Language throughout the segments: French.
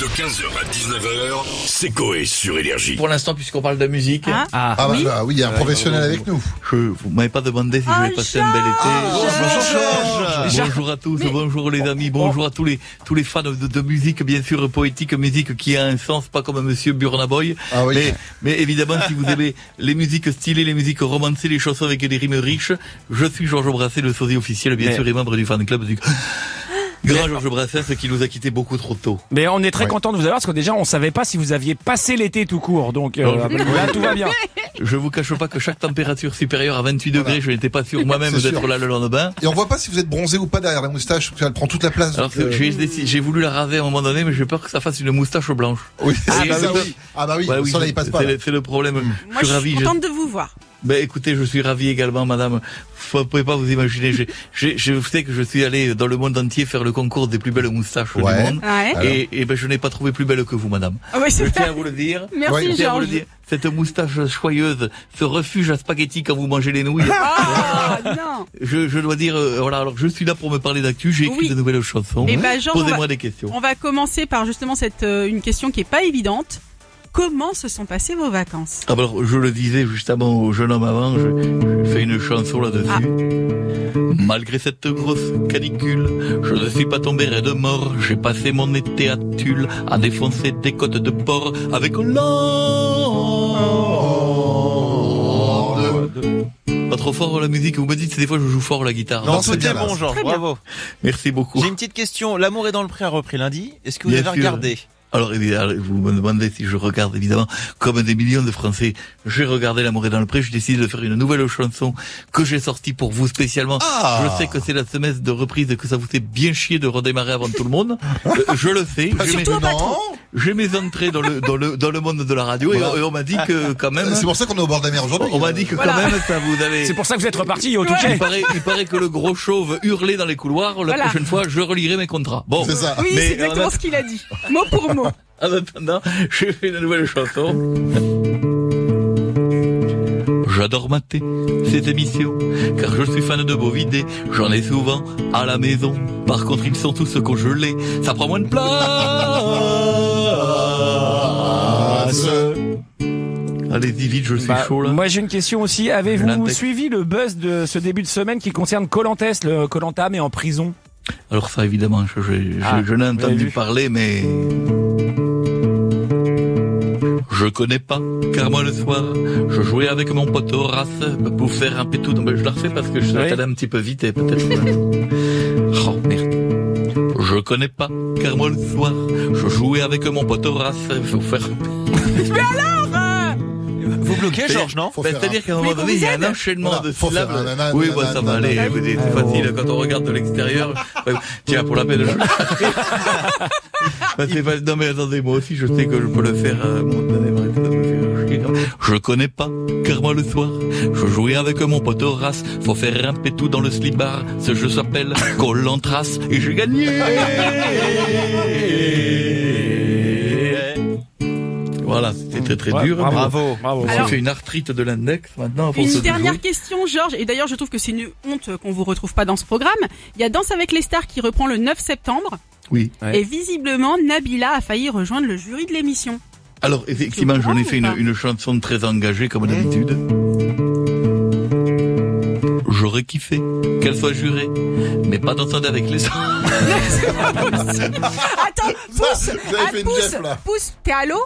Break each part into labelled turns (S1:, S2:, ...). S1: De 15h à 19h, c'est Coé sur Énergie.
S2: Pour l'instant, puisqu'on parle de musique.
S3: Hein
S2: ah.
S4: Ah bah,
S3: Oui.
S4: bah oui, il y a un professionnel avec nous.
S5: Je, vous m'avez pas demandé si
S3: Ah,
S5: je vais passer un bel été. Oh,
S3: Georges
S5: Bonjour à tous, bonjour les amis, bonjour à tous les tous les fans de, de musique, bien sûr poétique, musique qui a un sens, pas comme Monsieur Burnaboy.
S4: Ah oui.
S5: Mais, mais évidemment, si vous aimez les musiques stylées, les musiques romancées, les chansons avec des rimes riches, je suis Georges Brassens, le sosie officiel, bien
S6: Mais-
S5: sûr, et membre du fan club du grand Georges Brassens qui nous a quitté beaucoup trop tôt.
S6: Mais on est très
S4: Ouais.
S6: content de vous avoir parce que déjà on savait pas si vous aviez passé l'été tout court. Donc euh,
S5: Non, je-
S6: là tout va bien.
S5: Je vous cache pas que chaque température supérieure à 28 degrés, je n'étais pas sûr moi-même
S4: C'est sûr.
S5: d'être là le lendemain.
S4: Et on voit pas si vous êtes bronzé ou pas derrière la moustache, parce qu'elle prend toute la place.
S5: Alors
S4: donc,
S5: que
S4: euh,
S5: j'ai décidé- j'ai voulu la raser à un moment donné, mais j'ai peur que ça fasse une moustache blanche.
S4: oui,
S5: Ah
S4: c'est
S5: bah
S4: ça,
S5: oui.
S4: oui. Ah bah oui,
S5: Ouais,
S4: le
S5: oui,
S4: soleil
S5: je-
S4: passe pas.
S5: c'est
S4: là. Mm.
S5: le- C'est le problème.
S3: Moi, Ah, je suis
S5: ravi.
S3: contente de vous voir.
S5: Ben, écoutez, je suis ravi également, madame. Vous pouvez pas vous imaginer. j'ai- j'ai- Je sais que je suis allé dans le monde entier faire le concours des plus belles moustaches
S4: Ouais.
S5: du monde.
S3: Ouais.
S4: Alors.
S5: Et, et ben, je n'ai pas trouvé plus belle que vous, madame.
S3: Ah ouais,
S5: Je
S3: c'est-
S5: tiens à vous le dire.
S3: Merci,
S4: Ouais.
S5: Je tiens à vous le
S3: Georges.
S5: dire. Cette moustache choyeuse, ce refuge à spaghetti quand vous mangez les nouilles.
S3: Ah non.
S5: Je, je dois dire, euh, voilà. Alors, je suis là pour me parler d'actu. J'ai écrit
S3: Oui.
S5: de nouvelles chansons.
S3: Eh ben, Georges, on
S5: Posez-moi
S3: va-
S5: des questions.
S3: On va commencer par justement cette euh, une question qui est pas évidente. Comment se sont passées vos vacances
S5: Ah bah Alors, je le disais justement au jeune homme avant, je, je fais une chanson là-dessus. Malgré cette grosse canicule, je ne suis pas tombé raide de mort. J'ai passé mon été à Tulle, à défoncer des côtes de porc avec Hollande. Pas trop fort la musique, vous me dites, des fois je joue fort la guitare.
S4: Non, c'est
S7: tout
S4: bien,
S7: est
S4: là.
S7: bon, Georges.
S3: Très bien.
S7: Bravo.
S5: Merci beaucoup.
S7: J'ai une petite question. L'amour est dans le pré a repris lundi. Est-ce que vous
S5: Bien
S7: avez
S5: sûr.
S7: regardé
S5: Alors évidemment, vous me demandez si je regarde évidemment, comme des millions de Français, j'ai regardé L'amour est dans le pré, j'ai décidé de faire une nouvelle chanson que j'ai sortie pour vous spécialement.
S4: Ah.
S5: Je sais que c'est la semaine de reprise et que ça vous fait bien chier de redémarrer avant tout le monde. Euh, je le sais. J'ai mes-
S4: Non.
S5: J'ai mes entrées dans le, dans le, dans le monde de la radio et,
S4: Voilà.
S5: on- et on m'a dit que quand même,
S4: Euh, C'est pour ça qu'on est au bord de la mer aujourd'hui.
S5: on m'a dit que quand
S3: Voilà.
S5: même ça vous allez...
S6: C'est pour ça que vous êtes reparti au
S5: Il
S6: toucher.
S5: paraît, il paraît que le gros chauve hurlait dans les couloirs. La
S3: Voilà.
S5: prochaine fois, je relirai mes contrats. Bon.
S4: C'est ça.
S3: Oui,
S5: Mais
S3: c'est
S5: on
S3: exactement
S5: a-
S3: ce qu'il a dit, mot pour mot.
S5: En attendant, j'ai fait une nouvelle chanson. J'adore mater ces émissions, car je suis fan de beaux vidés. J'en ai souvent à la maison. Par contre, ils sont tous congelés. Ça prend moins de
S4: Ah,
S5: place. Allez-y vite, je suis
S6: Bah,
S5: chaud là.
S6: moi j'ai une question aussi. Avez-vous
S5: L'index.
S6: suivi le buzz de ce début de semaine qui concerne Colantes, le Colanta mais en prison
S5: Alors ça, évidemment, je, je, je-
S6: Ah,
S5: je n'ai
S6: vous
S5: entendu
S6: l'avez vu.
S5: parler, mais... Je connais pas, car moi le soir, je jouais avec mon pote Horace pour faire un pétou. Non, mais je la refais parce que je suis
S6: Oui.
S5: allé un petit peu vite et peut-être... oh merde. Je connais pas, car moi le soir, je jouais avec mon pote Horace pour faire...
S3: Ah,
S7: Vous bloquez, Georges, non
S4: Faut
S5: Ben,
S4: faire
S5: C'est-à-dire qu'à un
S3: Mais
S5: moment
S3: qu'on
S5: donné, il y a un
S3: vous aide.
S5: enchaînement
S4: Voilà,
S5: de
S4: faut faire
S5: syllabes.
S4: un nanana,
S5: oui, bah, ça va
S4: nanana,
S5: aller.
S4: nanana.
S5: vous dites, C'est facile quand on regarde de l'extérieur. Ouais, Tiens, pour la peine. je- Bah, c'est pas- Non, mais attendez, moi aussi, je sais que je peux le faire. euh, mon- attendez, arrêtez de me faire chier, quand même. Je connais pas, car moi le soir, je jouais avec mon pote Horace. Faut faire un pétou dans le slibard. Ce jeu s'appelle Colantras et j'ai gagné. Voilà, c'était très
S6: Ouais,
S5: dur. mais bon.
S7: Bravo.
S6: Bravo.
S5: On
S3: Alors-
S5: fait une arthrite de l'index maintenant. à force
S3: Une
S5: de
S3: dernière
S5: jouer.
S3: question, Georges, et d'ailleurs je trouve que c'est une honte qu'on vous retrouve pas dans ce programme. Il y a Danse avec les stars qui reprend le 9 septembre,
S5: Oui.
S6: Ouais.
S3: et visiblement Nabila a failli rejoindre le jury de l'émission.
S5: Alors effectivement,
S3: Tu
S5: j'en ai
S3: comprends
S5: fait
S3: ou
S5: une,
S3: pas
S5: une chanson très engagée comme d'habitude. J'aurais kiffé qu'elle soit jurée, mais pas d'entendre avec les autres.
S3: C'est pas
S5: Ah,
S3: possible. Attends, pousse,
S4: Vous avez
S3: ah,
S4: fait une
S3: pousse,
S4: gaffe, là.
S3: pousse, t'es à l'eau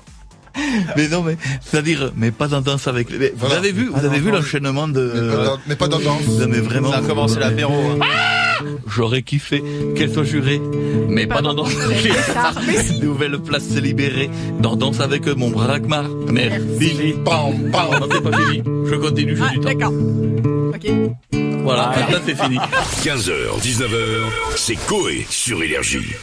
S5: Mais non, mais c'est-à-dire, mais pas d'entendre avec les. mais
S4: Voilà.
S5: Vous avez vu, vous avez vu l'enchaînement de.
S4: Mais pas dans- mais pas dans danse.
S5: Non, mais vraiment.
S7: Ça a commencé l'apéro. hein.
S5: J'aurais kiffé qu'elle soit jurée, mais pas,
S3: Pas
S5: dans Danse avec les stars. Nouvelle place libérée dans Danse avec mon braquemar. Merci. Pam, pam. Non, c'est pas fini. Je continue, j'ai
S3: Ah,
S5: du temps.
S3: d'accord. Ok.
S5: Voilà, là c'est fini.
S1: 15h, 19h, c'est Coé sur Énergie.